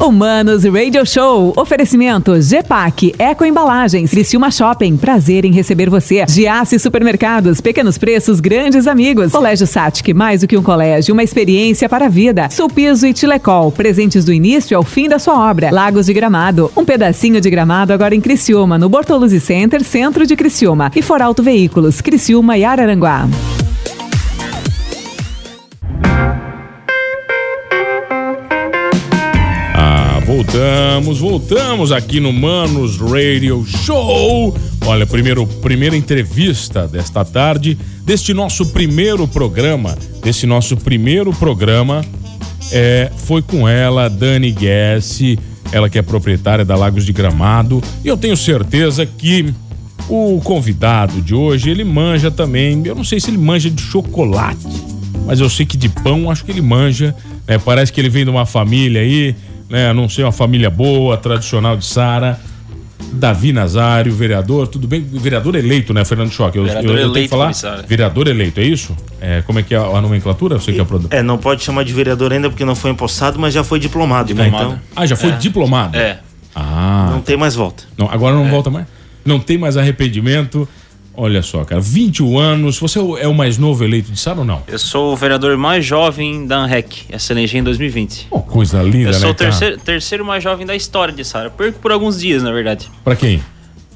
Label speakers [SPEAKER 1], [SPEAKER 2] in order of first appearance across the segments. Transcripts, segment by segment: [SPEAKER 1] Humanos Radio Show. Oferecimento GEPAC, Eco Embalagens, Criciúma Shopping. Prazer em receber você. Giasse Supermercados, pequenos preços, grandes amigos. Colégio Satic, mais do que um colégio, uma experiência para a vida. Sulpiso e Tilecol, presentes do início ao fim da sua obra. Lagos de Gramado, um pedacinho de gramado agora em Criciúma, no Bortoluzzi Center, centro de Criciúma. E Foralto Veículos, Criciúma e Araranguá.
[SPEAKER 2] Ah, voltamos, voltamos aqui no Manos Radio Show. Olha, primeiro, primeira entrevista desta tarde, deste nosso primeiro programa, desse nosso primeiro programa, é, foi com ela, Dani Guessi, ela que é proprietária da Lagos de Gramado, e eu tenho certeza que o convidado de hoje, ele manja também, eu não sei se ele manja de chocolate, mas eu sei que de pão acho que ele manja, né? Parece que ele vem de uma família aí, né? Não sei, uma família boa, tradicional de Sara. Davi Nazário, vereador, tudo bem? Vereador eleito, né, Fernando Choque? Eu, eu-
[SPEAKER 3] Vereador
[SPEAKER 2] eu tenho que
[SPEAKER 3] eleito,
[SPEAKER 2] falar.
[SPEAKER 3] comissário.
[SPEAKER 2] Vereador eleito, é isso? É, como é que é a nomenclatura? Eu sei que é a produção.
[SPEAKER 4] É, não pode chamar de vereador ainda porque não foi empossado, mas já foi diplomado, né?
[SPEAKER 3] Diplomado.
[SPEAKER 4] Então
[SPEAKER 2] Ah, já foi diplomado?
[SPEAKER 3] É.
[SPEAKER 2] Ah,
[SPEAKER 4] não tem mais volta.
[SPEAKER 2] não, agora não volta mais? Não tem mais arrependimento. Olha só, cara, 21 anos. Você é o- é o mais novo eleito de Sara ou não?
[SPEAKER 3] Eu sou o vereador mais jovem da ANREC, essa elegei em 2020.
[SPEAKER 2] Pô, coisa linda,
[SPEAKER 3] Eu
[SPEAKER 2] né,
[SPEAKER 3] sou o
[SPEAKER 2] cara?
[SPEAKER 3] terceiro, terceiro mais jovem da história de Sara. Perco por alguns dias, na verdade.
[SPEAKER 2] Pra quem?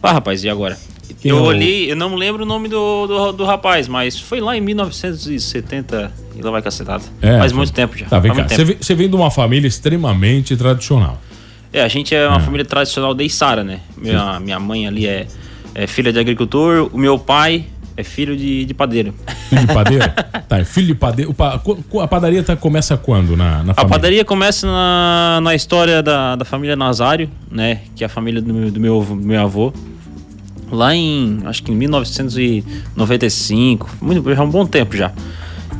[SPEAKER 3] Ah, rapaz, e agora?
[SPEAKER 2] Quem é
[SPEAKER 3] eu
[SPEAKER 2] o-
[SPEAKER 3] olhei, eu não lembro o nome do, do, do rapaz, mas foi lá em 1970 e lá vai cacetada.
[SPEAKER 2] É,
[SPEAKER 3] Faz
[SPEAKER 2] tá-
[SPEAKER 3] muito tempo já.
[SPEAKER 2] Tá, vem
[SPEAKER 3] faz
[SPEAKER 2] cá.
[SPEAKER 3] muito
[SPEAKER 2] Você
[SPEAKER 3] tempo.
[SPEAKER 2] vem, você vem de uma família extremamente tradicional.
[SPEAKER 3] É, a gente é
[SPEAKER 2] Ah.
[SPEAKER 3] uma família tradicional de Sara, né? Minha, minha mãe ali é, é filha de agricultor, o meu pai é filho de, de padeiro.
[SPEAKER 2] Filho de padeiro? tá, filho de padeiro. O pa- co- co- a padaria tá, começa quando na, na
[SPEAKER 3] A
[SPEAKER 2] família?
[SPEAKER 3] padaria começa na, na história da, da família Nazário, né? Que é a família do, meu- do meu, do meu avô. Lá em, acho que em 1995, muito, já há um bom tempo já.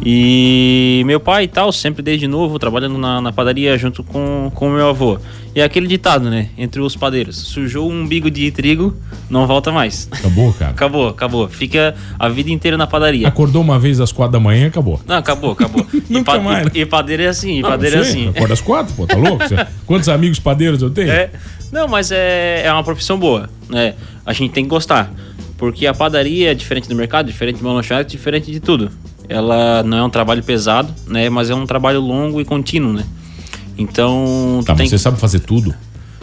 [SPEAKER 3] E meu pai e tal, sempre desde novo, trabalhando na, na padaria junto com com o meu avô. E é aquele ditado, né? Entre os padeiros, sujou um umbigo de trigo, não volta mais.
[SPEAKER 2] Acabou, cara.
[SPEAKER 3] acabou, acabou. Fica a vida inteira na padaria.
[SPEAKER 2] Acordou uma vez às quatro da manhã, acabou.
[SPEAKER 3] Não, acabou, acabou. e,
[SPEAKER 2] Nunca mais.
[SPEAKER 3] e padeiro é assim, e
[SPEAKER 2] Ah,
[SPEAKER 3] padeiro é
[SPEAKER 2] eu sei,
[SPEAKER 3] assim.
[SPEAKER 2] Acorda às quatro, pô, tá louco? Você- Quantos amigos padeiros eu tenho?
[SPEAKER 3] É. Não, mas é, é uma profissão boa, né? A gente tem que gostar. Porque a padaria é diferente do mercado, diferente de uma lanchonete, diferente de tudo. Ela não é um trabalho pesado, né? Mas é um trabalho longo e contínuo, né? Então, tu
[SPEAKER 2] Tá, mas
[SPEAKER 3] tem
[SPEAKER 2] você Ah. sabe fazer tudo?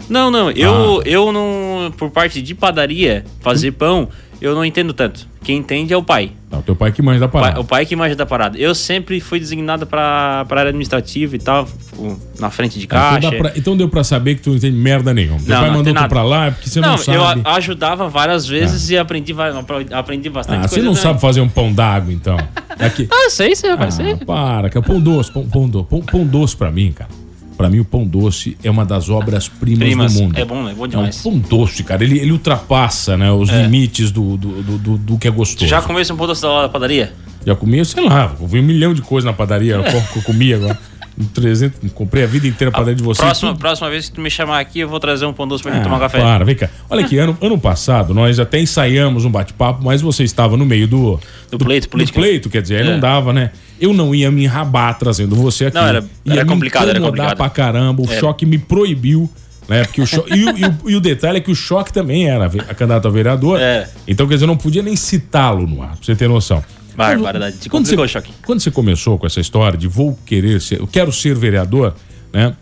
[SPEAKER 3] Não, não, eu, eu não... Por parte de padaria, fazer pão, eu não entendo tanto. Quem entende é o pai.
[SPEAKER 2] Tá, o teu pai que manja da
[SPEAKER 3] O pai-
[SPEAKER 2] parada.
[SPEAKER 3] o pai que manja da parada. Eu sempre fui designado pra, pra área administrativa e tal, fico na frente de
[SPEAKER 2] Tá,
[SPEAKER 3] caixa.
[SPEAKER 2] então, dá pra- então deu pra saber que tu não entende merda nenhuma. Teu
[SPEAKER 3] Não,
[SPEAKER 2] pai
[SPEAKER 3] não
[SPEAKER 2] mandou
[SPEAKER 3] tem
[SPEAKER 2] tu
[SPEAKER 3] nada.
[SPEAKER 2] pra lá, é porque você não, sabe.
[SPEAKER 3] eu a- ajudava várias vezes e aprendi, va- apre- aprendi bastante
[SPEAKER 2] Ah,
[SPEAKER 3] coisa.
[SPEAKER 2] você não
[SPEAKER 3] também.
[SPEAKER 2] sabe fazer um pão d'água, então. Aqui.
[SPEAKER 3] Ah, sei, sei,
[SPEAKER 2] Ah,
[SPEAKER 3] rapaz, sei.
[SPEAKER 2] para, que é pão doce, pão, pão doce. Pão, pão doce pra mim, cara. Pra mim, o pão doce é uma das obras-primas
[SPEAKER 3] Primas,
[SPEAKER 2] do mundo.
[SPEAKER 3] é bom, né? Bom
[SPEAKER 2] É um
[SPEAKER 3] demais. É.
[SPEAKER 2] pão doce, cara. Ele, ele ultrapassa né, os limites do, do, do, do- do que é gostoso.
[SPEAKER 3] Já comeu esse pão doce da lá da padaria?
[SPEAKER 2] Já comi, sei lá, eu vi um milhão de coisas na padaria,
[SPEAKER 3] É.
[SPEAKER 2] o pão que eu comi agora. Um 300, comprei a vida inteira a padaria de vocês.
[SPEAKER 3] Próxima, próxima vez que tu me chamar aqui, eu vou trazer um pão doce
[SPEAKER 2] Ah,
[SPEAKER 3] pra gente tomar um café.
[SPEAKER 2] Para, vem cá. Olha aqui, ano, ano passado nós até ensaiamos um bate-papo, mas você estava no meio do.
[SPEAKER 3] Do pleito, política.
[SPEAKER 2] Do pleito, quer dizer, aí
[SPEAKER 3] É.
[SPEAKER 2] não dava, né? Eu não ia me enrabar trazendo você aqui.
[SPEAKER 3] Não, era-
[SPEAKER 2] ia
[SPEAKER 3] era
[SPEAKER 2] me
[SPEAKER 3] complicado, era
[SPEAKER 2] incomodar
[SPEAKER 3] complicado. É.
[SPEAKER 2] pra caramba, o choque me proibiu. Né? Porque o cho... e, o, e o- e o detalhe é que o choque também era ve- a candidato a vereador.
[SPEAKER 3] É.
[SPEAKER 2] Então, quer dizer, eu não podia nem citá-lo no ar, pra você ter noção.
[SPEAKER 3] Barbaridade, te
[SPEAKER 2] Quando você,
[SPEAKER 3] complicou, Choque.
[SPEAKER 2] quando você começou com essa história de vou querer ser, eu quero ser vereador, né?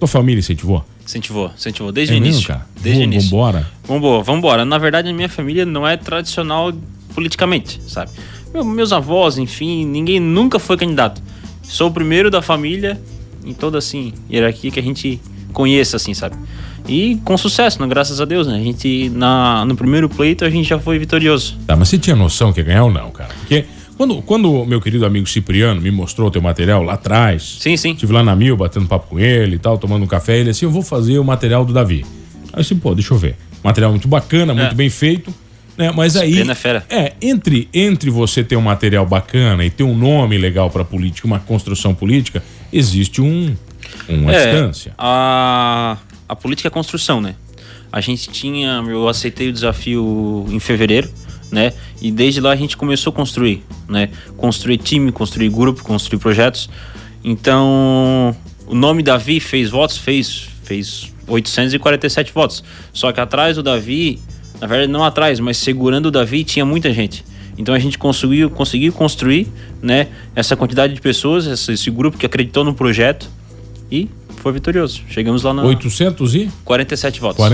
[SPEAKER 2] Tua família incentivou?
[SPEAKER 3] Incentivou, incentivou. Desde
[SPEAKER 2] É
[SPEAKER 3] o
[SPEAKER 2] mesmo,
[SPEAKER 3] início.
[SPEAKER 2] cara?
[SPEAKER 3] Desde o
[SPEAKER 2] Vamos-
[SPEAKER 3] início.
[SPEAKER 2] vambora?
[SPEAKER 3] Vambora, vambora. Na verdade, a minha família não é tradicional politicamente, sabe? Meu- meus avós, enfim, ninguém nunca foi candidato. Sou o primeiro da família em toda, assim, hierarquia que a gente conheça, assim, sabe? E com sucesso, né? graças a Deus, né? A gente, na, no primeiro pleito, a gente já foi vitorioso.
[SPEAKER 2] Tá, mas você tinha noção que ia ganhar ou não, cara? Porque quando, quando o meu querido amigo Cipriano me mostrou o teu material lá atrás,
[SPEAKER 3] Sim, sim.
[SPEAKER 2] estive lá na Mil batendo papo com ele e tal, tomando um café, ele assim, eu vou fazer o material do Davi. Aí eu assim, pô, deixa eu ver. Material muito bacana, muito
[SPEAKER 3] É.
[SPEAKER 2] bem feito, né? Mas aí
[SPEAKER 3] Cipriano é fera.
[SPEAKER 2] É, entre entre você ter um material bacana e ter um nome legal pra política, uma construção política, existe um uma
[SPEAKER 3] É,
[SPEAKER 2] distância.
[SPEAKER 3] A, a política é construção, né? A gente tinha. Eu aceitei o desafio em fevereiro, né? E desde lá a gente começou a construir, né? Construir time, construir grupo, construir projetos. Então, o nome Davi fez votos, fez, Fez 847 votos. Só que atrás do Davi, na verdade não atrás, mas segurando o Davi tinha muita gente. Então a gente conseguiu, conseguiu construir né, essa quantidade de pessoas, esse, esse grupo que acreditou no projeto e foi vitorioso. Chegamos lá na
[SPEAKER 2] 847
[SPEAKER 3] 47 votos.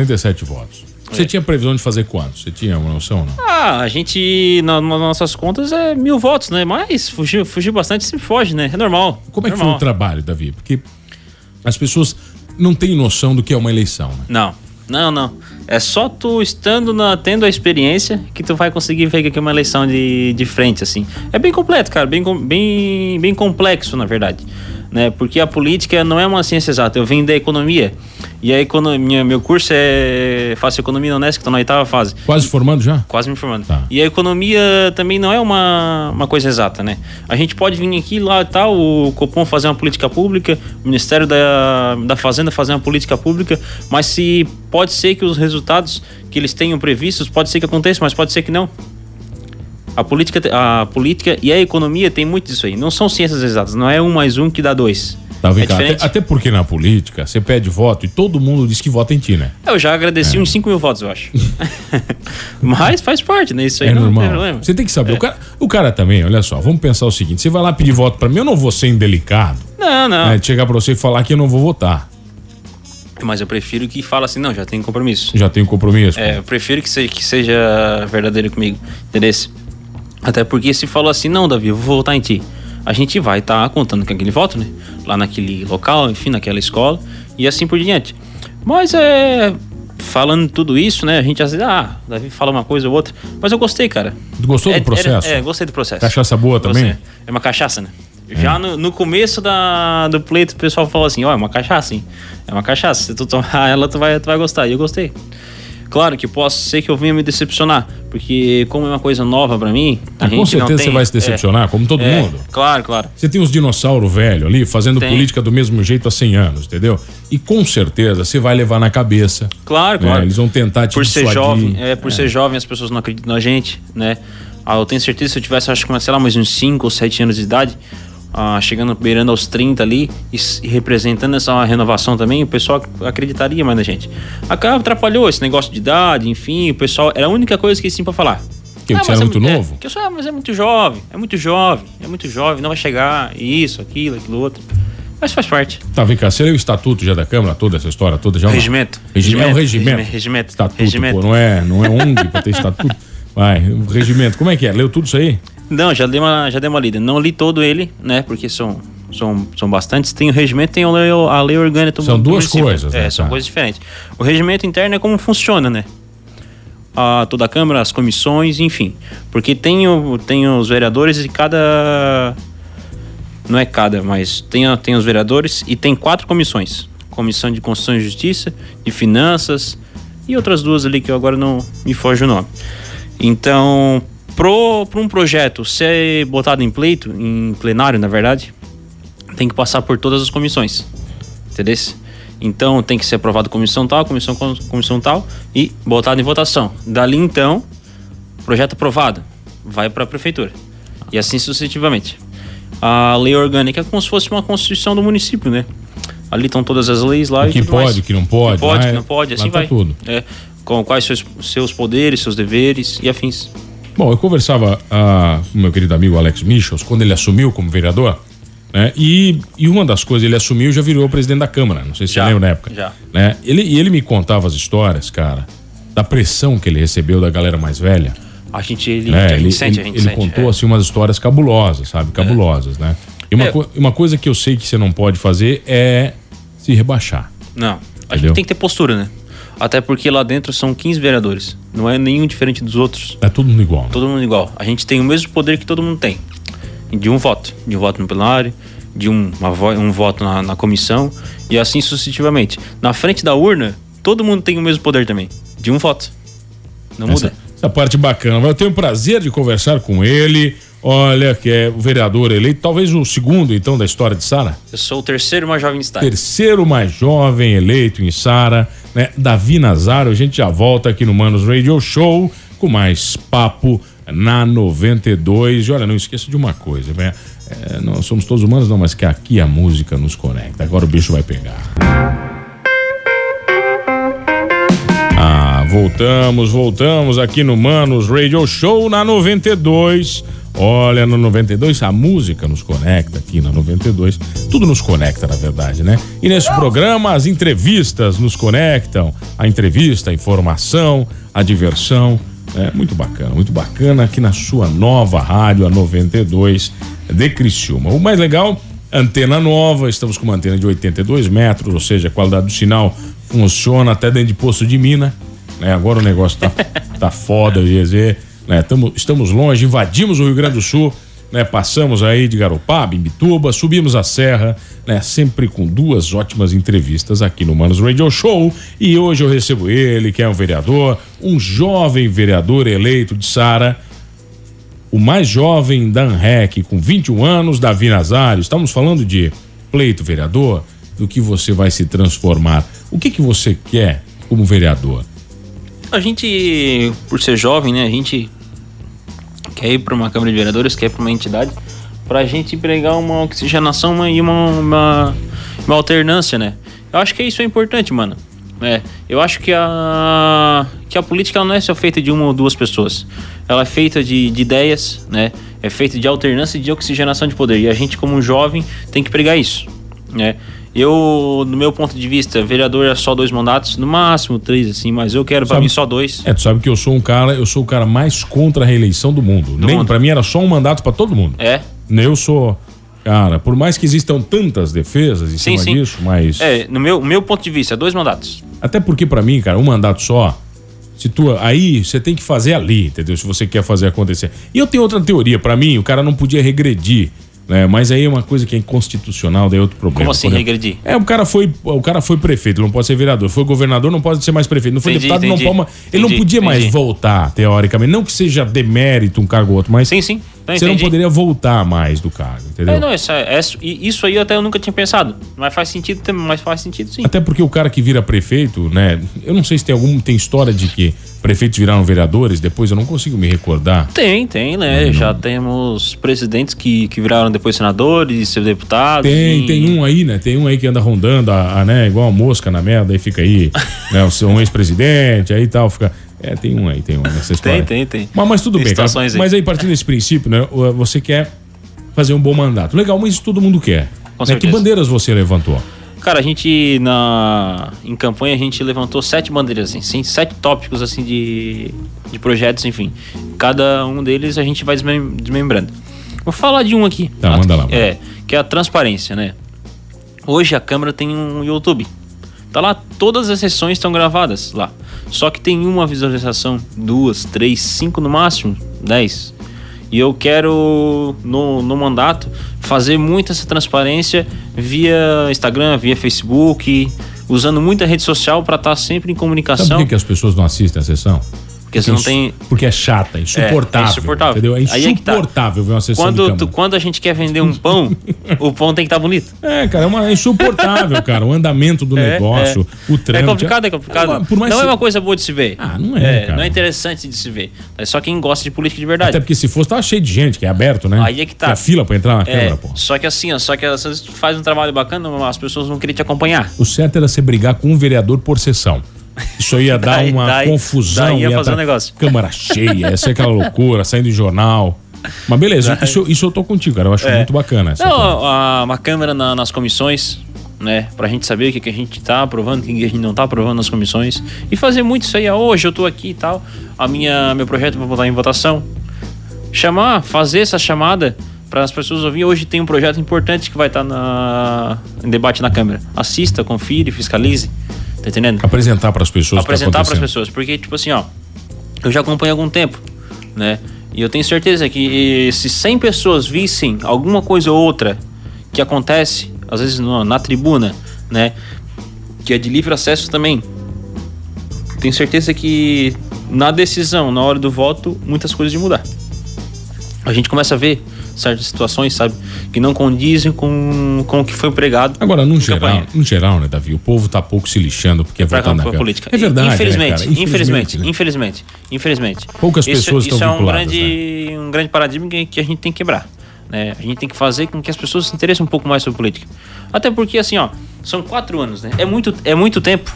[SPEAKER 2] votos.
[SPEAKER 3] É.
[SPEAKER 2] Você tinha previsão de fazer quantos? Você tinha uma noção ou não?
[SPEAKER 3] Ah, a gente, na- nas nossas contas, é mil votos, né? Mas fugir, fugir bastante sempre foge, né? É normal.
[SPEAKER 2] Como é que foi
[SPEAKER 3] normal.
[SPEAKER 2] o trabalho, Davi? Porque as pessoas não têm noção do que é uma eleição, né?
[SPEAKER 3] Não, não, não. É só tu estando na, tendo a experiência que tu vai conseguir ver que é uma eleição de, de frente, assim. É bem completo, cara, bem, com- bem, bem complexo, na verdade. Né? Porque a política não é uma ciência exata. Eu venho da economia. E a economia, meu curso é. Faço economia na Unesco, tô na oitava fase.
[SPEAKER 2] Quase formando já?
[SPEAKER 3] Quase me formando.
[SPEAKER 2] Tá.
[SPEAKER 3] E a economia também não é uma, uma coisa exata, né? A gente pode vir aqui, lá e tal, o Copom fazer uma política pública, o Ministério da, da Fazenda fazer uma política pública, mas se pode ser que os resultados que eles tenham previstos, pode ser que aconteça, mas pode ser que não. A política, te- a política e a economia tem muito disso aí. Não são ciências exatas, não é um mais um que dá dois.
[SPEAKER 2] Tá, vem
[SPEAKER 3] é
[SPEAKER 2] cá.
[SPEAKER 3] diferente.
[SPEAKER 2] Até, até porque na política você pede voto e todo mundo diz que vota em ti, né?
[SPEAKER 3] Eu já agradeci uns 5 mil votos, eu acho. mas faz parte, né? Isso aí
[SPEAKER 2] É
[SPEAKER 3] não tem
[SPEAKER 2] normal.
[SPEAKER 3] problema. É.
[SPEAKER 2] Você tem que saber. O, cara, o cara também, olha só, vamos pensar o seguinte: você vai lá pedir voto pra mim, eu não vou ser indelicado.
[SPEAKER 3] Não, não.
[SPEAKER 2] né, de chegar pra você e falar que eu não vou votar.
[SPEAKER 3] Mas eu prefiro que fala assim, não, já tem compromisso.
[SPEAKER 2] Já tenho compromisso.
[SPEAKER 3] É, eu prefiro que seja, que seja verdadeiro comigo, entendeu? Até porque se falou assim, não, Davi, eu vou voltar em ti. A gente vai estar contando com aquele voto, né? Lá naquele local, enfim, naquela escola e assim por diante. Mas é. Falando tudo isso, né? A gente às vezes, ah, Davi fala uma coisa ou outra. Mas eu gostei, cara.
[SPEAKER 2] Gostou do
[SPEAKER 3] É- era-
[SPEAKER 2] processo?
[SPEAKER 3] é, gostei do processo.
[SPEAKER 2] Cachaça boa
[SPEAKER 3] Gostei.
[SPEAKER 2] também?
[SPEAKER 3] É uma cachaça, né? Já no, no começo da, do pleito, o pessoal falou assim: ó, é uma cachaça, hein? É uma cachaça. Se tu tomar ela, tu vai, tu vai gostar. E eu gostei. Claro que posso ser que eu venha me decepcionar, porque como é uma coisa nova pra mim, a
[SPEAKER 2] Ah,
[SPEAKER 3] gente
[SPEAKER 2] com
[SPEAKER 3] não
[SPEAKER 2] certeza
[SPEAKER 3] tem-
[SPEAKER 2] você vai se decepcionar, como todo
[SPEAKER 3] é,
[SPEAKER 2] mundo.
[SPEAKER 3] Claro, claro.
[SPEAKER 2] Você tem os dinossauro velho ali fazendo
[SPEAKER 3] Tem.
[SPEAKER 2] política do mesmo jeito há 100 anos, entendeu? E com certeza você vai levar na cabeça.
[SPEAKER 3] Claro,
[SPEAKER 2] né?
[SPEAKER 3] claro.
[SPEAKER 2] Eles vão tentar te
[SPEAKER 3] por ser
[SPEAKER 2] dissuadir.
[SPEAKER 3] jovem, é, por ser jovem as pessoas não acreditam na gente, né? Ah, eu tenho certeza que se eu tivesse, acho que, sei lá, mais uns 5 ou 7 anos de idade, ah, chegando, beirando aos 30 ali, e, s- e representando essa renovação também, o pessoal ac- acreditaria mais na gente. Acaba atrapalhou esse negócio de idade, enfim, o pessoal, era a única coisa que eles tinham pra falar.
[SPEAKER 2] Que você
[SPEAKER 3] mas
[SPEAKER 2] era muito
[SPEAKER 3] mu-
[SPEAKER 2] novo?
[SPEAKER 3] que eu sou, ah, mas é muito jovem, é muito jovem, é muito jovem, não vai chegar, isso, aquilo, aquilo outro. Mas faz parte.
[SPEAKER 2] Tá, vem cá, seria o estatuto já da Câmara, toda essa história toda já? ou não?
[SPEAKER 3] Regimento.
[SPEAKER 2] Regi- É o regimento.
[SPEAKER 3] Regimento. Regimento.
[SPEAKER 2] Estatuto,
[SPEAKER 3] Regimento.
[SPEAKER 2] pô, não é, não é ONG pra ter estatuto. Vai, o regimento. Como é que é? Leu tudo isso aí?
[SPEAKER 3] Não, já dei uma, já dei uma lida. Não li todo ele, né? Porque são, são, são bastantes. Tem o regimento tem a lei, a lei orgânica do
[SPEAKER 2] São
[SPEAKER 3] do
[SPEAKER 2] duas
[SPEAKER 3] município.
[SPEAKER 2] coisas,
[SPEAKER 3] É,
[SPEAKER 2] né,
[SPEAKER 3] são
[SPEAKER 2] tá.
[SPEAKER 3] coisas diferentes. O regimento interno é como funciona, né? A, toda a Câmara, as comissões, enfim. Porque tem, o, tem os vereadores e cada. Não é cada, mas tem, a- tem os vereadores e tem quatro comissões: Comissão de Constituição e Justiça, de Finanças e outras duas ali que eu agora não me foge o nome. Então, pro, pra um projeto ser botado em pleito, em plenário, na verdade, tem que passar por todas as comissões. Entendeu? Então tem que ser aprovado comissão tal, comissão, comissão tal e botado em votação. Dali então, projeto aprovado, vai para a prefeitura. E assim sucessivamente. A lei orgânica é como se fosse uma constituição do município, né? Ali estão todas as leis lá
[SPEAKER 2] O
[SPEAKER 3] e
[SPEAKER 2] que
[SPEAKER 3] tudo
[SPEAKER 2] pode,
[SPEAKER 3] mais.
[SPEAKER 2] o que não pode,
[SPEAKER 3] O que pode,
[SPEAKER 2] lá
[SPEAKER 3] o que
[SPEAKER 2] é-
[SPEAKER 3] não
[SPEAKER 2] lá
[SPEAKER 3] pode, assim
[SPEAKER 2] tá
[SPEAKER 3] vai.
[SPEAKER 2] tudo.
[SPEAKER 3] É, com quais seus, seus poderes, seus deveres e afins.
[SPEAKER 2] Bom, eu conversava ah, com meu querido amigo Alex Michels quando ele assumiu como vereador, né? E, e uma das coisas, ele assumiu e já virou presidente da Câmara. Não sei se
[SPEAKER 3] Já,
[SPEAKER 2] você lembra na época.
[SPEAKER 3] já.
[SPEAKER 2] Né? Ele, e ele me contava as histórias, cara, da pressão que ele recebeu da galera mais velha.
[SPEAKER 3] A gente, ele,
[SPEAKER 2] né?
[SPEAKER 3] a gente
[SPEAKER 2] Ele,
[SPEAKER 3] sente,
[SPEAKER 2] ele-
[SPEAKER 3] a gente
[SPEAKER 2] ele
[SPEAKER 3] sente.
[SPEAKER 2] contou,
[SPEAKER 3] é.
[SPEAKER 2] assim, umas histórias cabulosas, sabe? Cabulosas, né? E uma,
[SPEAKER 3] É.
[SPEAKER 2] co- uma coisa que eu sei que você não pode fazer é se rebaixar.
[SPEAKER 3] Não. A
[SPEAKER 2] Entendeu?
[SPEAKER 3] gente tem que ter postura, né? Até porque lá dentro são 15 vereadores. Não é nenhum diferente dos outros.
[SPEAKER 2] É todo mundo igual. né?
[SPEAKER 3] Todo mundo igual. A gente tem o mesmo poder que todo mundo tem. De um voto. De um voto no plenário, de um, uma vo- um voto na, na comissão e assim sucessivamente. Na frente da urna, todo mundo tem o mesmo poder também. De um voto. Não
[SPEAKER 2] Essa,
[SPEAKER 3] muda.
[SPEAKER 2] essa parte bacana. Mas Eu tenho o prazer de conversar com ele. Olha, que é o vereador eleito, talvez o segundo, então, da história de Sara.
[SPEAKER 3] Eu sou o terceiro mais jovem de estar.
[SPEAKER 2] Terceiro mais jovem eleito em Sara, né? Davi Nazário. A gente já volta aqui no Manos Radio Show com mais papo na 92. E olha, não esqueça de uma coisa, né? É, nós somos todos humanos, não, mas que aqui a música nos conecta. Agora o bicho vai pegar. Ah, Voltamos, voltamos aqui no Manos Radio Show na 92. Olha, no 92, a música nos conecta aqui na 92. Tudo nos conecta, na verdade, né? E nesse programa, as entrevistas nos conectam. A entrevista, a informação, a diversão. É muito bacana, muito bacana aqui na sua nova rádio, a 92 de Criciúma. O mais legal, antena nova, estamos com uma antena de 82 metros, ou seja, a qualidade do sinal funciona até dentro de poço de mina. Né? Agora o negócio tá, tá foda, GZ. Né? Tamo, estamos longe, invadimos o Rio Grande do Sul, né? passamos aí de Garopaba, Imbituba, subimos a serra, né? sempre com duas ótimas entrevistas aqui no Manos Radio Show. E hoje eu recebo ele, que é um vereador, um jovem vereador eleito de Sara. O mais jovem da ANREC, com 21 anos, Davi Nazário. Estamos falando de pleito vereador, do que você vai se transformar. O que, que você quer como vereador?
[SPEAKER 3] A gente, por ser jovem, né? A gente quer ir para uma Câmara de Vereadores, quer ir para uma entidade, para a gente pregar uma oxigenação uma- e uma, uma, uma alternância, né? Eu acho que isso é importante, mano. É, eu acho que a, que a política ela não é só feita de uma ou duas pessoas. Ela é feita de, de ideias, né? É feita de alternância e de oxigenação de poder. E a gente, como jovem, tem que pregar isso, né? Eu, do meu ponto de vista, vereador é só dois mandatos, no máximo três, assim, mas eu quero para
[SPEAKER 2] Sabe-
[SPEAKER 3] mim só dois.
[SPEAKER 2] É, tu sabe que eu sou um cara, eu sou o cara mais contra a reeleição do mundo. Nem
[SPEAKER 3] mundo.
[SPEAKER 2] para mim era só um mandato para todo mundo.
[SPEAKER 3] É,
[SPEAKER 2] Eu sou, cara, por mais que existam tantas defesas em
[SPEAKER 3] Sim,
[SPEAKER 2] cima
[SPEAKER 3] sim.
[SPEAKER 2] disso, mas
[SPEAKER 3] É, no meu, meu ponto de vista, é dois mandatos.
[SPEAKER 2] até porque para mim, cara, um mandato só se tu, aí você tem que fazer ali, entendeu? Se você quer fazer acontecer. E eu tenho outra teoria, para mim, o cara não podia regredir, né? Mas aí é uma coisa que é inconstitucional, daí é outro problema.
[SPEAKER 3] Como assim
[SPEAKER 2] Por exemplo,
[SPEAKER 3] regredir?
[SPEAKER 2] É, o cara foi, o cara foi prefeito, não pode ser vereador. Foi governador, não pode ser mais prefeito. Não foi
[SPEAKER 3] Entendi,
[SPEAKER 2] deputado,
[SPEAKER 3] entendi.
[SPEAKER 2] não pode. mais- Ele não
[SPEAKER 3] Entendi,
[SPEAKER 2] podia mais
[SPEAKER 3] entendi.
[SPEAKER 2] voltar, teoricamente. Não que seja demérito um cargo ou outro, mas
[SPEAKER 3] Sim, sim. Não,
[SPEAKER 2] você não
[SPEAKER 3] entendi.
[SPEAKER 2] poderia voltar mais do cargo, entendeu?
[SPEAKER 3] É, não, isso, é- é- e isso aí até eu nunca tinha pensado. Mas faz sentido também, mas faz sentido sim.
[SPEAKER 2] Até porque o cara que vira prefeito, né? Eu não sei se tem algum. Tem história de que prefeitos viraram vereadores, depois eu não consigo me recordar.
[SPEAKER 3] Tem, tem, né? Já temos presidentes que, que viraram depois senadores, seus deputados.
[SPEAKER 2] Tem,
[SPEAKER 3] e-
[SPEAKER 2] tem um aí, né? Tem um aí que anda rondando, a, a, né? Igual a mosca na merda, aí fica aí, né? o seu- Um ex-presidente, aí tal, fica. É, tem um aí, tem um nessa história.
[SPEAKER 3] Tem, tem, tem.
[SPEAKER 2] Mas, mas tudo
[SPEAKER 3] Tem
[SPEAKER 2] bem, cara.
[SPEAKER 3] situações aí.
[SPEAKER 2] Mas aí, partindo desse princípio, né? o- Você quer fazer um bom mandato. Legal, mas isso todo mundo quer.
[SPEAKER 3] Com
[SPEAKER 2] né? Que
[SPEAKER 3] certeza.
[SPEAKER 2] bandeiras você levantou?
[SPEAKER 3] Cara, a gente na em campanha a gente levantou sete bandeiras, assim, sim, sete tópicos assim de, de projetos, enfim. Cada um deles a gente vai desmem- desmembrando. Vou falar de um aqui.
[SPEAKER 2] Tá,
[SPEAKER 3] Ah,
[SPEAKER 2] manda lá,
[SPEAKER 3] É, que é a transparência, né? Hoje a câmera tem um YouTube. Tá lá, todas as sessões estão gravadas lá. Só que tem uma visualização, duas, três, cinco no máximo, dez. E eu quero, no, no mandato, fazer muita essa transparência via Instagram, via Facebook, usando muita rede social para estar sempre
[SPEAKER 2] Sabe
[SPEAKER 3] em
[SPEAKER 2] por
[SPEAKER 3] comunicação.
[SPEAKER 2] que é que as pessoas não assistem a sessão?
[SPEAKER 3] Porque você não tem.
[SPEAKER 2] Porque é chata, é insuportável.
[SPEAKER 3] É, é insuportável.
[SPEAKER 2] Entendeu? É
[SPEAKER 3] Aí é que tá.
[SPEAKER 2] insuportável ver uma sessão de
[SPEAKER 3] Quando,
[SPEAKER 2] câmara.
[SPEAKER 3] tu- quando a gente quer vender um pão, o pão tem que estar bonito.
[SPEAKER 2] É, cara, é, uma, é insuportável, cara. O andamento do
[SPEAKER 3] É,
[SPEAKER 2] negócio, o trâmite.
[SPEAKER 3] É complicado, é complicado.
[SPEAKER 2] É uma- por mais
[SPEAKER 3] não
[SPEAKER 2] que-
[SPEAKER 3] é uma coisa boa de se ver.
[SPEAKER 2] Ah, não é, cara.
[SPEAKER 3] Não é interessante de se ver. É só quem gosta de política de verdade.
[SPEAKER 2] Até porque se fosse, tava cheio de gente, que é aberto, né?
[SPEAKER 3] Ah, Aí é que tá.
[SPEAKER 2] Tem a fila pra entrar na
[SPEAKER 3] É,
[SPEAKER 2] câmara, pô.
[SPEAKER 3] só que assim, ó, só que às vezes tu faz um trabalho bacana, as pessoas vão querer te acompanhar.
[SPEAKER 2] O certo era você brigar com um vereador por sessão. Isso aí ia dar
[SPEAKER 3] Daí-
[SPEAKER 2] uma
[SPEAKER 3] daí-
[SPEAKER 2] confusão.
[SPEAKER 3] daí ia
[SPEAKER 2] ia
[SPEAKER 3] fazer
[SPEAKER 2] dar
[SPEAKER 3] um negócio.
[SPEAKER 2] Câmara cheia, essa é aquela loucura, saindo em jornal. Mas beleza, isso, isso eu tô contigo, cara. Eu acho muito bacana. Essa coisa.
[SPEAKER 3] É. Não, a- uma câmera na- nas comissões, né? Pra gente saber o que, que a gente tá aprovando, o que, que a gente não tá aprovando nas comissões. E fazer muito isso aí, ó, hoje eu tô aqui e tal. A minha, meu projeto vou botar em votação. Chamar, fazer essa chamada para as pessoas ouvirem. Hoje tem um projeto importante que vai estar na, em debate na câmera. Assista, confira, fiscalize. Tá entendendo?
[SPEAKER 2] Apresentar pras pessoas. o que tá
[SPEAKER 3] apresentar para as
[SPEAKER 2] acontecendo.
[SPEAKER 3] pessoas, porque tipo assim, ó, eu já acompanho há algum tempo, né? E eu tenho certeza que se 100 pessoas vissem alguma coisa ou outra que acontece, às vezes no- na tribuna, né, que é de livre acesso também, tenho certeza que na decisão, na hora do voto, muitas coisas de mudar. A gente começa a ver certas situações, sabe, que não condizem com, com o que foi pregado.
[SPEAKER 2] Agora, no
[SPEAKER 3] em
[SPEAKER 2] geral,
[SPEAKER 3] campanha.
[SPEAKER 2] no geral, né, Davi? O povo tá pouco se lixando porque é
[SPEAKER 3] Pra
[SPEAKER 2] votar na
[SPEAKER 3] campo
[SPEAKER 2] Câmara.
[SPEAKER 3] política.
[SPEAKER 2] É verdade. né,
[SPEAKER 3] Infelizmente,
[SPEAKER 2] cara?
[SPEAKER 3] infelizmente,
[SPEAKER 2] né?
[SPEAKER 3] infelizmente, infelizmente.
[SPEAKER 2] Poucas
[SPEAKER 3] Isso-
[SPEAKER 2] pessoas
[SPEAKER 3] isso
[SPEAKER 2] estão
[SPEAKER 3] é um
[SPEAKER 2] vinculadas, né?
[SPEAKER 3] grande, um grande paradigma que, que a gente tem que quebrar. Né? A gente tem que fazer com que as pessoas se interessem um pouco mais sobre política. Até porque, assim, ó, são quatro anos, né? É muito, é muito tempo.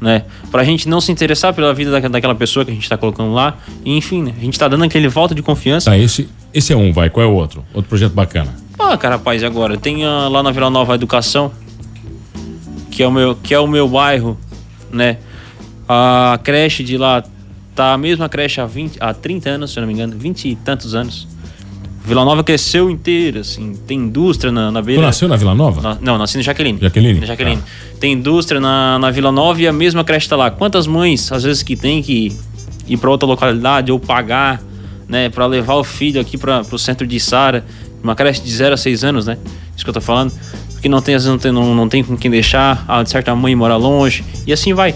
[SPEAKER 3] né? Pra gente não se interessar pela vida daque- daquela pessoa que a gente tá colocando lá. E, enfim, né? a gente tá dando aquele volta de confiança.
[SPEAKER 2] Tá, esse, esse é um, vai. Qual é o outro? Outro projeto bacana.
[SPEAKER 3] Ah, cara, rapaz, e agora? Tem ah, lá na Vila Nova a Educação, que é o meu, que é o meu bairro, né? A creche de lá tá a mesma creche há, 20, há 30 anos, se eu não me engano, 20 e tantos anos. Vila Nova cresceu inteira, assim, tem indústria na, na
[SPEAKER 2] Tu
[SPEAKER 3] beira.
[SPEAKER 2] nasceu na Vila Nova?
[SPEAKER 3] Na- não, nasci em Jaqueline.
[SPEAKER 2] Jaqueline? Tá.
[SPEAKER 3] Na Jaqueline. Tem indústria na, na Vila Nova e a mesma creche tá lá. Quantas mães, às vezes, que tem que ir para outra localidade ou pagar, né, para levar o filho aqui para o centro de Sara, uma creche de 0 a 6 anos, né? Isso que eu tô falando. Porque não tem, às vezes, não tem, não, não tem com quem deixar, a certa mãe mora longe, e assim vai.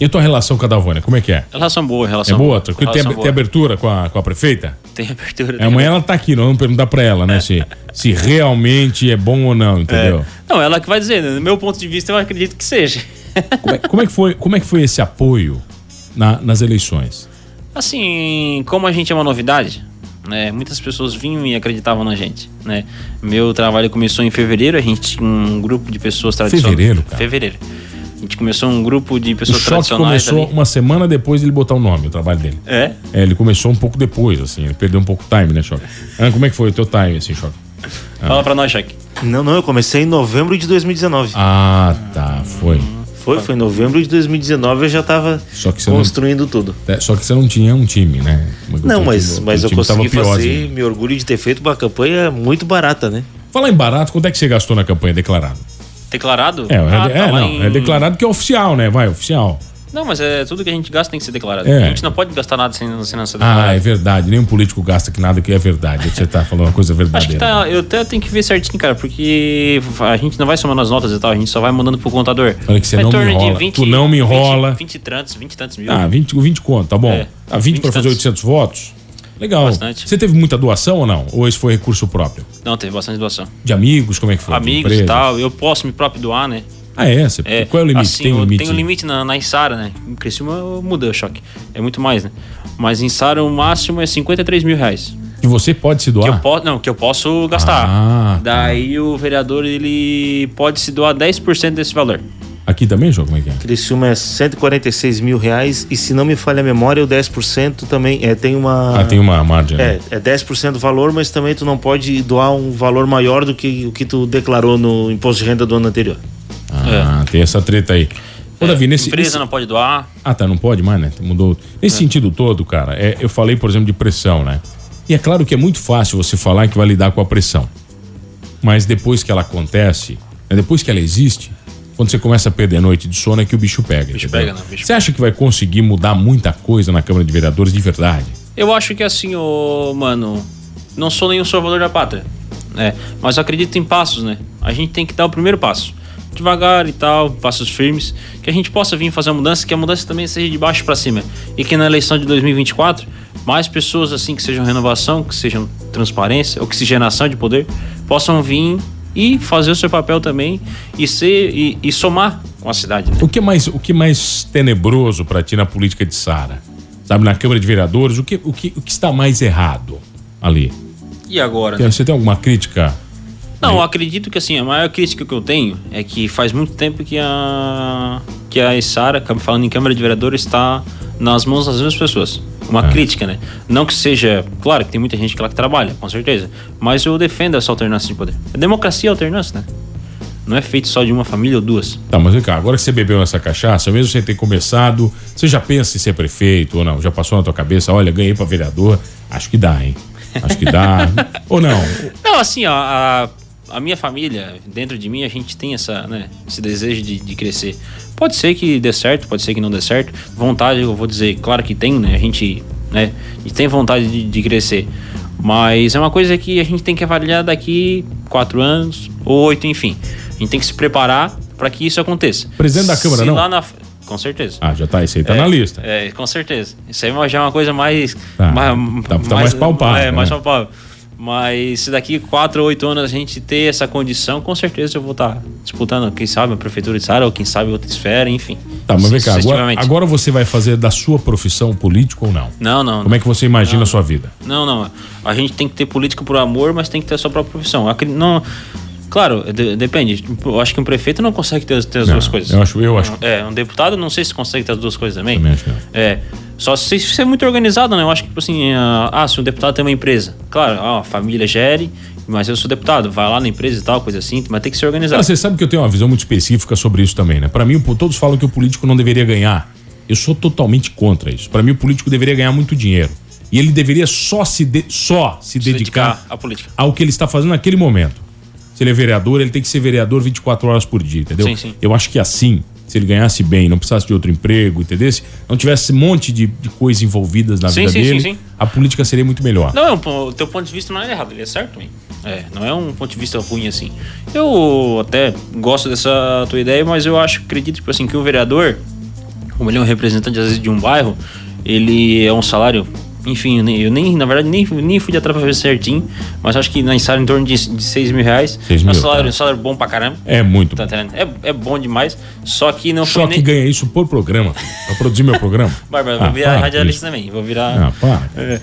[SPEAKER 2] E tua relação com a Davônia, como é que é?
[SPEAKER 3] Relação boa,
[SPEAKER 2] É
[SPEAKER 3] relação
[SPEAKER 2] boa? Tranquilo? Tem,
[SPEAKER 3] relação
[SPEAKER 2] tem abertura com a, com a prefeita?
[SPEAKER 3] Tem abertura.
[SPEAKER 2] É,
[SPEAKER 3] né? tem
[SPEAKER 2] amanhã ela tá aqui, nós vamos perguntar pra ela, né? Se, se realmente é bom ou não, entendeu?
[SPEAKER 3] Não, ela que vai dizer, né? Do meu ponto de vista, eu acredito que seja.
[SPEAKER 2] Como, é, como é que foi, como é que foi esse apoio na- nas eleições?
[SPEAKER 3] Assim, como a gente é uma novidade, né, muitas pessoas vinham e acreditavam na gente, né? Meu trabalho começou em fevereiro, a gente tinha um grupo de pessoas tradicionais.
[SPEAKER 2] Fevereiro, cara?
[SPEAKER 3] Fevereiro. A gente começou um grupo de
[SPEAKER 2] O
[SPEAKER 3] pessoas
[SPEAKER 2] choque
[SPEAKER 3] tradicionais
[SPEAKER 2] começou
[SPEAKER 3] ali.
[SPEAKER 2] uma semana depois de ele botar o nome, o trabalho dele.
[SPEAKER 3] É?
[SPEAKER 2] É, ele começou um pouco depois, assim, ele perdeu um pouco o time, né, Choque? Ah, como é que foi o teu time, assim, Choque?
[SPEAKER 3] Fala pra nós, Jaque.
[SPEAKER 4] Não, não, eu comecei em novembro de 2019.
[SPEAKER 2] Ah, tá, foi.
[SPEAKER 4] Foi, foi em novembro de 2019 eu já tava
[SPEAKER 2] Só que você não-
[SPEAKER 4] construindo tudo.
[SPEAKER 2] É, Só que você não tinha um time, né? O
[SPEAKER 4] Não,
[SPEAKER 2] teu
[SPEAKER 4] mas,
[SPEAKER 2] time- o
[SPEAKER 4] mas
[SPEAKER 2] teu
[SPEAKER 4] eu
[SPEAKER 2] time tava
[SPEAKER 4] consegui
[SPEAKER 2] pior,
[SPEAKER 4] fazer,
[SPEAKER 2] assim.
[SPEAKER 4] me orgulho de ter feito uma campanha é muito barata, né?
[SPEAKER 2] Falar em barato, quanto é que você gastou na campanha declarado?
[SPEAKER 3] Declarado?
[SPEAKER 2] É, é,
[SPEAKER 3] Ah, tá
[SPEAKER 2] é,
[SPEAKER 3] lá
[SPEAKER 2] não,
[SPEAKER 3] em-
[SPEAKER 2] é declarado que é oficial, né? Vai, oficial.
[SPEAKER 3] Não, mas é tudo que a gente gasta tem que ser declarado.
[SPEAKER 2] É.
[SPEAKER 3] A gente não pode gastar nada sem, sem não ser declarado.
[SPEAKER 2] Ah, é verdade. Nenhum político gasta que nada que é verdade. Você tá falando uma coisa verdadeira.
[SPEAKER 3] Acho que tá. Eu até tenho que ver certinho, cara, porque a gente não vai somando as notas e tal, a gente só vai mandando pro contador.
[SPEAKER 2] Olha que você
[SPEAKER 3] Vai em
[SPEAKER 2] não me
[SPEAKER 3] torno de
[SPEAKER 2] enrola. Tu não me enrola.
[SPEAKER 3] 20, 20 e tantos, 20 e tantos mil.
[SPEAKER 2] Ah, 20, o 20 conto, tá bom.
[SPEAKER 3] É,
[SPEAKER 2] Ah, 20, pra
[SPEAKER 3] 20
[SPEAKER 2] fazer
[SPEAKER 3] tantos.
[SPEAKER 2] 800 votos? Legal.
[SPEAKER 3] Bastante.
[SPEAKER 2] Você teve muita doação ou não? Ou esse foi recurso próprio?
[SPEAKER 3] Não, teve bastante doação.
[SPEAKER 2] De amigos, como é que foi? De
[SPEAKER 3] amigos e
[SPEAKER 2] empresas?
[SPEAKER 3] tal. Eu posso me próprio doar, né?
[SPEAKER 2] Ah, é? Você,
[SPEAKER 3] É,
[SPEAKER 2] qual é o limite?
[SPEAKER 3] Assim,
[SPEAKER 2] tem
[SPEAKER 3] eu
[SPEAKER 2] limite?
[SPEAKER 3] tenho limite na, na Insara, né? Em Criciúma muda o choque. É muito mais, né? Mas em Insara o máximo é 53 mil reais.
[SPEAKER 2] Que você pode se
[SPEAKER 3] Que
[SPEAKER 2] doar?
[SPEAKER 3] eu posso, não, que eu posso gastar.
[SPEAKER 2] Ah, tá.
[SPEAKER 3] Daí o vereador, ele pode se doar 10% desse valor.
[SPEAKER 2] Aqui também, João? Como é que é?
[SPEAKER 4] Criciúma é 146 mil reais e se não me falha a memória, o 10% também é, tem uma...
[SPEAKER 2] Ah, tem uma margem. né?
[SPEAKER 4] É, é 10% do valor, mas também tu não pode doar um valor maior do que o que tu declarou no imposto de renda do ano anterior.
[SPEAKER 2] Ah, tem essa treta aí. Ô, Davi, nesse.
[SPEAKER 3] é. Empresa
[SPEAKER 2] nesse-
[SPEAKER 3] não pode doar.
[SPEAKER 2] Ah, tá, não pode mais, né? Mudou. Nesse sentido todo, cara, é, eu falei, por exemplo, de pressão, né? E é claro que é muito fácil você falar que vai lidar com a pressão. Mas depois que ela acontece, né, depois que ela existe, quando você começa a perder noite de sono é que o bicho pega. Bicho
[SPEAKER 3] pega, né? Bicho
[SPEAKER 2] você acha que vai conseguir mudar muita coisa na Câmara de Vereadores de verdade?
[SPEAKER 3] Eu acho que assim, ô, mano, não sou nenhum salvador da pátria, né? Mas eu acredito em passos, né? A gente tem que dar o primeiro passo. Devagar e tal, passos firmes, que a gente possa vir fazer a mudança, que a mudança também seja de baixo pra cima. E que na eleição de 2024, mais pessoas assim que sejam renovação, que sejam transparência, oxigenação de poder, possam vir e fazer o seu papel também e ser e, e somar com a cidade, né?
[SPEAKER 2] O que é mais, o que é mais tenebroso pra ti na política de Sara? Sabe, na Câmara de Vereadores, o que, o que, o que está mais errado ali?
[SPEAKER 3] E agora, né?
[SPEAKER 2] Você tem alguma crítica?
[SPEAKER 3] Não, eu acredito que assim, a maior crítica que eu tenho é que faz muito tempo que a que a Sara, falando em Câmara de Vereadores, está nas mãos das mesmas pessoas. Uma crítica, né? Não que seja, claro que tem muita gente que lá que trabalha, com certeza, mas eu defendo essa alternância de poder. A democracia é alternância, né? Não é feito só de uma família ou duas.
[SPEAKER 2] Tá, mas vem cá, agora que você bebeu essa cachaça, mesmo sem ter começado, você já pensa em ser prefeito ou não? Já passou na tua cabeça, olha, ganhei pra vereador, acho que dá, hein? Acho que dá. ou não?
[SPEAKER 3] Não, assim, ó, a, a minha família, dentro de mim, a gente tem essa, né, esse desejo de, de crescer. Pode ser que dê certo, pode ser que não dê certo. Vontade, eu vou dizer, claro que tem, né? A gente, né, a gente tem vontade de, de crescer. Mas é uma coisa que a gente tem que avaliar daqui quatro anos ou oito, enfim. A gente tem que se preparar para que isso aconteça.
[SPEAKER 2] Presidente da Câmara,
[SPEAKER 3] Se
[SPEAKER 2] não?
[SPEAKER 3] Lá na, com certeza.
[SPEAKER 2] Ah, já tá, esse aí tá na lista.
[SPEAKER 3] É, com certeza. Isso aí já é uma coisa mais.
[SPEAKER 2] Tá. Tá- tá mais palpável,
[SPEAKER 3] É, mais
[SPEAKER 2] né?
[SPEAKER 3] palpável. Mas se daqui 4 ou 8 anos a gente ter essa condição, com certeza eu vou estar disputando, quem sabe, a prefeitura de Sara ou quem sabe outra esfera, enfim.
[SPEAKER 2] Tá, mas vem cá, agora,
[SPEAKER 3] Sucessivamente.
[SPEAKER 2] agora você vai fazer da sua profissão político ou não?
[SPEAKER 3] Não, não.
[SPEAKER 2] Como é que você imagina a sua vida?
[SPEAKER 3] Não, não. A gente tem que ter política por amor, mas tem que ter a sua própria profissão. Acre- Não, Claro, de- depende. Eu acho que um prefeito não consegue ter, as- ter as
[SPEAKER 2] Não,
[SPEAKER 3] duas coisas.
[SPEAKER 2] eu acho- eu acho que-
[SPEAKER 3] É, um deputado não sei se consegue ter as duas coisas também.
[SPEAKER 2] Também acho que não.
[SPEAKER 3] É. Só se você é muito organizado, né? Eu acho que, tipo assim, ah, ah, se um deputado tem uma empresa. Claro, ah, a família gere, mas eu sou deputado, vai lá na empresa e tal, coisa assim, mas tem que ser
[SPEAKER 2] Cara,
[SPEAKER 3] organizado.
[SPEAKER 2] você sabe que eu tenho uma visão muito específica sobre isso também, né? Pra mim, pô, todos falam que o político não deveria ganhar. Eu sou totalmente contra isso. Pra mim, o político deveria ganhar muito dinheiro. E ele deveria só se, de- só se,
[SPEAKER 3] Se
[SPEAKER 2] dedicar,
[SPEAKER 3] à política.
[SPEAKER 2] ao que ele está fazendo naquele momento. Se ele é vereador, ele tem que ser vereador 24 horas por dia, entendeu?
[SPEAKER 3] Sim, sim.
[SPEAKER 2] Eu acho que assim, se ele ganhasse bem, não precisasse de outro emprego, entendesse? Não tivesse um monte de, de coisas envolvidas na
[SPEAKER 3] Sim,
[SPEAKER 2] vida
[SPEAKER 3] sim,
[SPEAKER 2] dele,
[SPEAKER 3] sim, sim.
[SPEAKER 2] a política seria muito melhor.
[SPEAKER 3] Não, é um po- o teu ponto de vista não é errado, ele é certo, hein? É, não é um ponto de vista ruim assim. Eu até gosto dessa tua ideia, mas eu acho, acredito, tipo assim, que o vereador, como ele é um representante às vezes de um bairro, ele é um salário. Enfim, eu nem- eu nem, na verdade, nem, nem fui de atrás pra ver certinho, mas acho que na em torno de, de 6 mil reais.
[SPEAKER 2] Seis
[SPEAKER 3] é um
[SPEAKER 2] mil,
[SPEAKER 3] salário,
[SPEAKER 2] tá.
[SPEAKER 3] um salário bom pra caramba.
[SPEAKER 2] É muito
[SPEAKER 3] Tá
[SPEAKER 2] bom.
[SPEAKER 3] entendendo? É, é bom demais. Só que não
[SPEAKER 2] Só
[SPEAKER 3] foi
[SPEAKER 2] que
[SPEAKER 3] nem.
[SPEAKER 2] ganha isso por programa. Pra produzir meu programa.
[SPEAKER 3] Bárbara,
[SPEAKER 2] Ah,
[SPEAKER 3] vou
[SPEAKER 2] para
[SPEAKER 3] virar
[SPEAKER 2] com isso.
[SPEAKER 3] radialista também. Vou virar.
[SPEAKER 2] Ah, para.
[SPEAKER 3] É.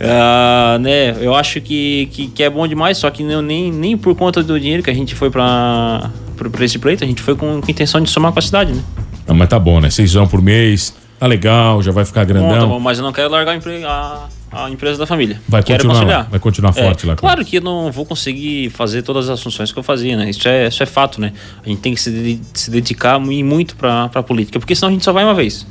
[SPEAKER 3] Ah, né, eu acho que, que, que é bom demais, só que não- nem, nem por conta do dinheiro que a gente foi pra, pro- pra esse pleito, a gente foi com, com intenção de somar com a cidade, né?
[SPEAKER 2] Não, mas tá bom, né? Seisão por mês, tá legal, já vai ficar
[SPEAKER 3] Bom, tá
[SPEAKER 2] grandão.
[SPEAKER 3] bom, mas eu não quero largar a, empre- a- a empresa da família.
[SPEAKER 2] Vai
[SPEAKER 3] quero
[SPEAKER 2] continuar lá,
[SPEAKER 3] conciliar. É,
[SPEAKER 2] vai continuar forte lá com
[SPEAKER 3] Claro que eu não vou conseguir fazer todas as funções que eu fazia, né? Isso é, isso é fato, né? A gente tem que se, de- se dedicar mu- e muito pra, pra política, porque senão a gente só vai uma vez.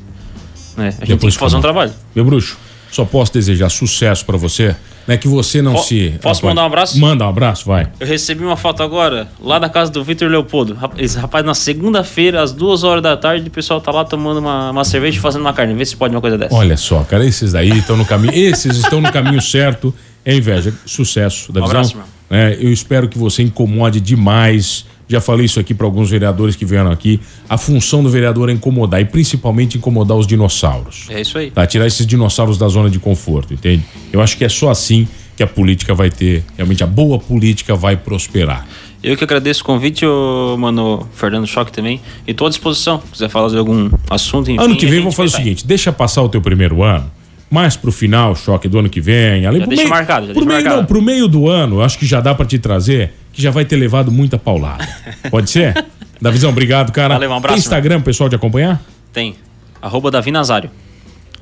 [SPEAKER 3] Né? A gente tem
[SPEAKER 2] Depois
[SPEAKER 3] que
[SPEAKER 2] fica mal.
[SPEAKER 3] fazer um trabalho.
[SPEAKER 2] Meu bruxo, só posso desejar sucesso pra você, né? Que você não
[SPEAKER 3] Po-
[SPEAKER 2] se.
[SPEAKER 3] posso
[SPEAKER 2] apoie.
[SPEAKER 3] mandar um abraço?
[SPEAKER 2] Manda um abraço, vai.
[SPEAKER 3] Eu recebi uma foto agora, lá da casa do Vitor Leopoldo. Rap- Esse rapaz, na segunda-feira, às duas horas da tarde, o pessoal tá lá tomando uma, uma cerveja e fazendo uma carne. Vê se pode uma coisa dessa.
[SPEAKER 2] Olha só, cara, esses daí estão no caminho. Esses estão no caminho certo. É inveja. Sucesso da
[SPEAKER 3] Um
[SPEAKER 2] visão.
[SPEAKER 3] abraço, meu.
[SPEAKER 2] né? eu espero que você incomode demais. Já falei isso aqui pra alguns vereadores que vieram aqui. A função do vereador é incomodar, e principalmente incomodar os dinossauros.
[SPEAKER 3] É isso aí.
[SPEAKER 2] tá? Tirar esses dinossauros da zona de conforto, entende? Eu acho que é só assim que a política vai ter, realmente a boa política vai prosperar.
[SPEAKER 3] Eu que agradeço o convite, ô, mano, Fernando Choque também. E tô à disposição. Se quiser falar de algum assunto, enfim.
[SPEAKER 2] ano que
[SPEAKER 3] a
[SPEAKER 2] vem
[SPEAKER 3] gente
[SPEAKER 2] vamos fazer o
[SPEAKER 3] vai.
[SPEAKER 2] seguinte, deixa passar o teu primeiro ano, mais pro final, choque do ano que vem, além
[SPEAKER 3] Já deixa marcado, já
[SPEAKER 2] pro
[SPEAKER 3] deixa
[SPEAKER 2] meio,
[SPEAKER 3] marcado.
[SPEAKER 2] Não, pro meio do ano, eu acho que já dá pra te trazer, que já vai ter levado muita paulada. Pode ser? Davizão, obrigado, cara.
[SPEAKER 3] Valeu, um abraço,
[SPEAKER 2] Tem Instagram, pro pessoal, de acompanhar?
[SPEAKER 3] Tem. Arroba Davi Nazário.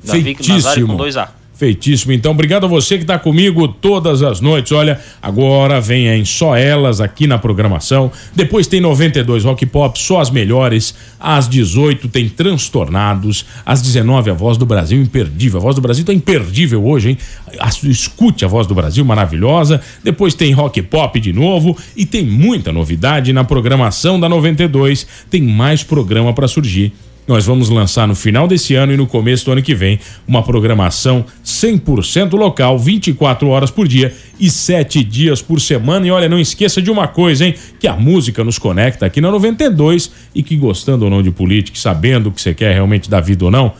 [SPEAKER 3] Davi Nazário com dois A.
[SPEAKER 2] Feitíssimo. Então, obrigado a você que está comigo todas as noites. Olha, agora vem em Só Elas aqui na programação. Depois tem 92 Rock Pop, só as melhores. Às 18 tem Transtornados. Às 19 a Voz do Brasil imperdível. A Voz do Brasil tá imperdível hoje, hein? As- Escute a Voz do Brasil, maravilhosa. Depois tem Rock Pop de novo e tem muita novidade na programação da 92. Tem mais programa para surgir. Nós vamos lançar no final desse ano e no começo do ano que vem uma programação 100% local, 24 horas por dia e 7 dias por semana. E olha, não esqueça de uma coisa, hein? Que a música nos conecta aqui na 92 e que gostando ou não de política, sabendo o que você quer realmente da vida ou não,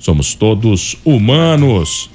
[SPEAKER 2] somos todos humanos.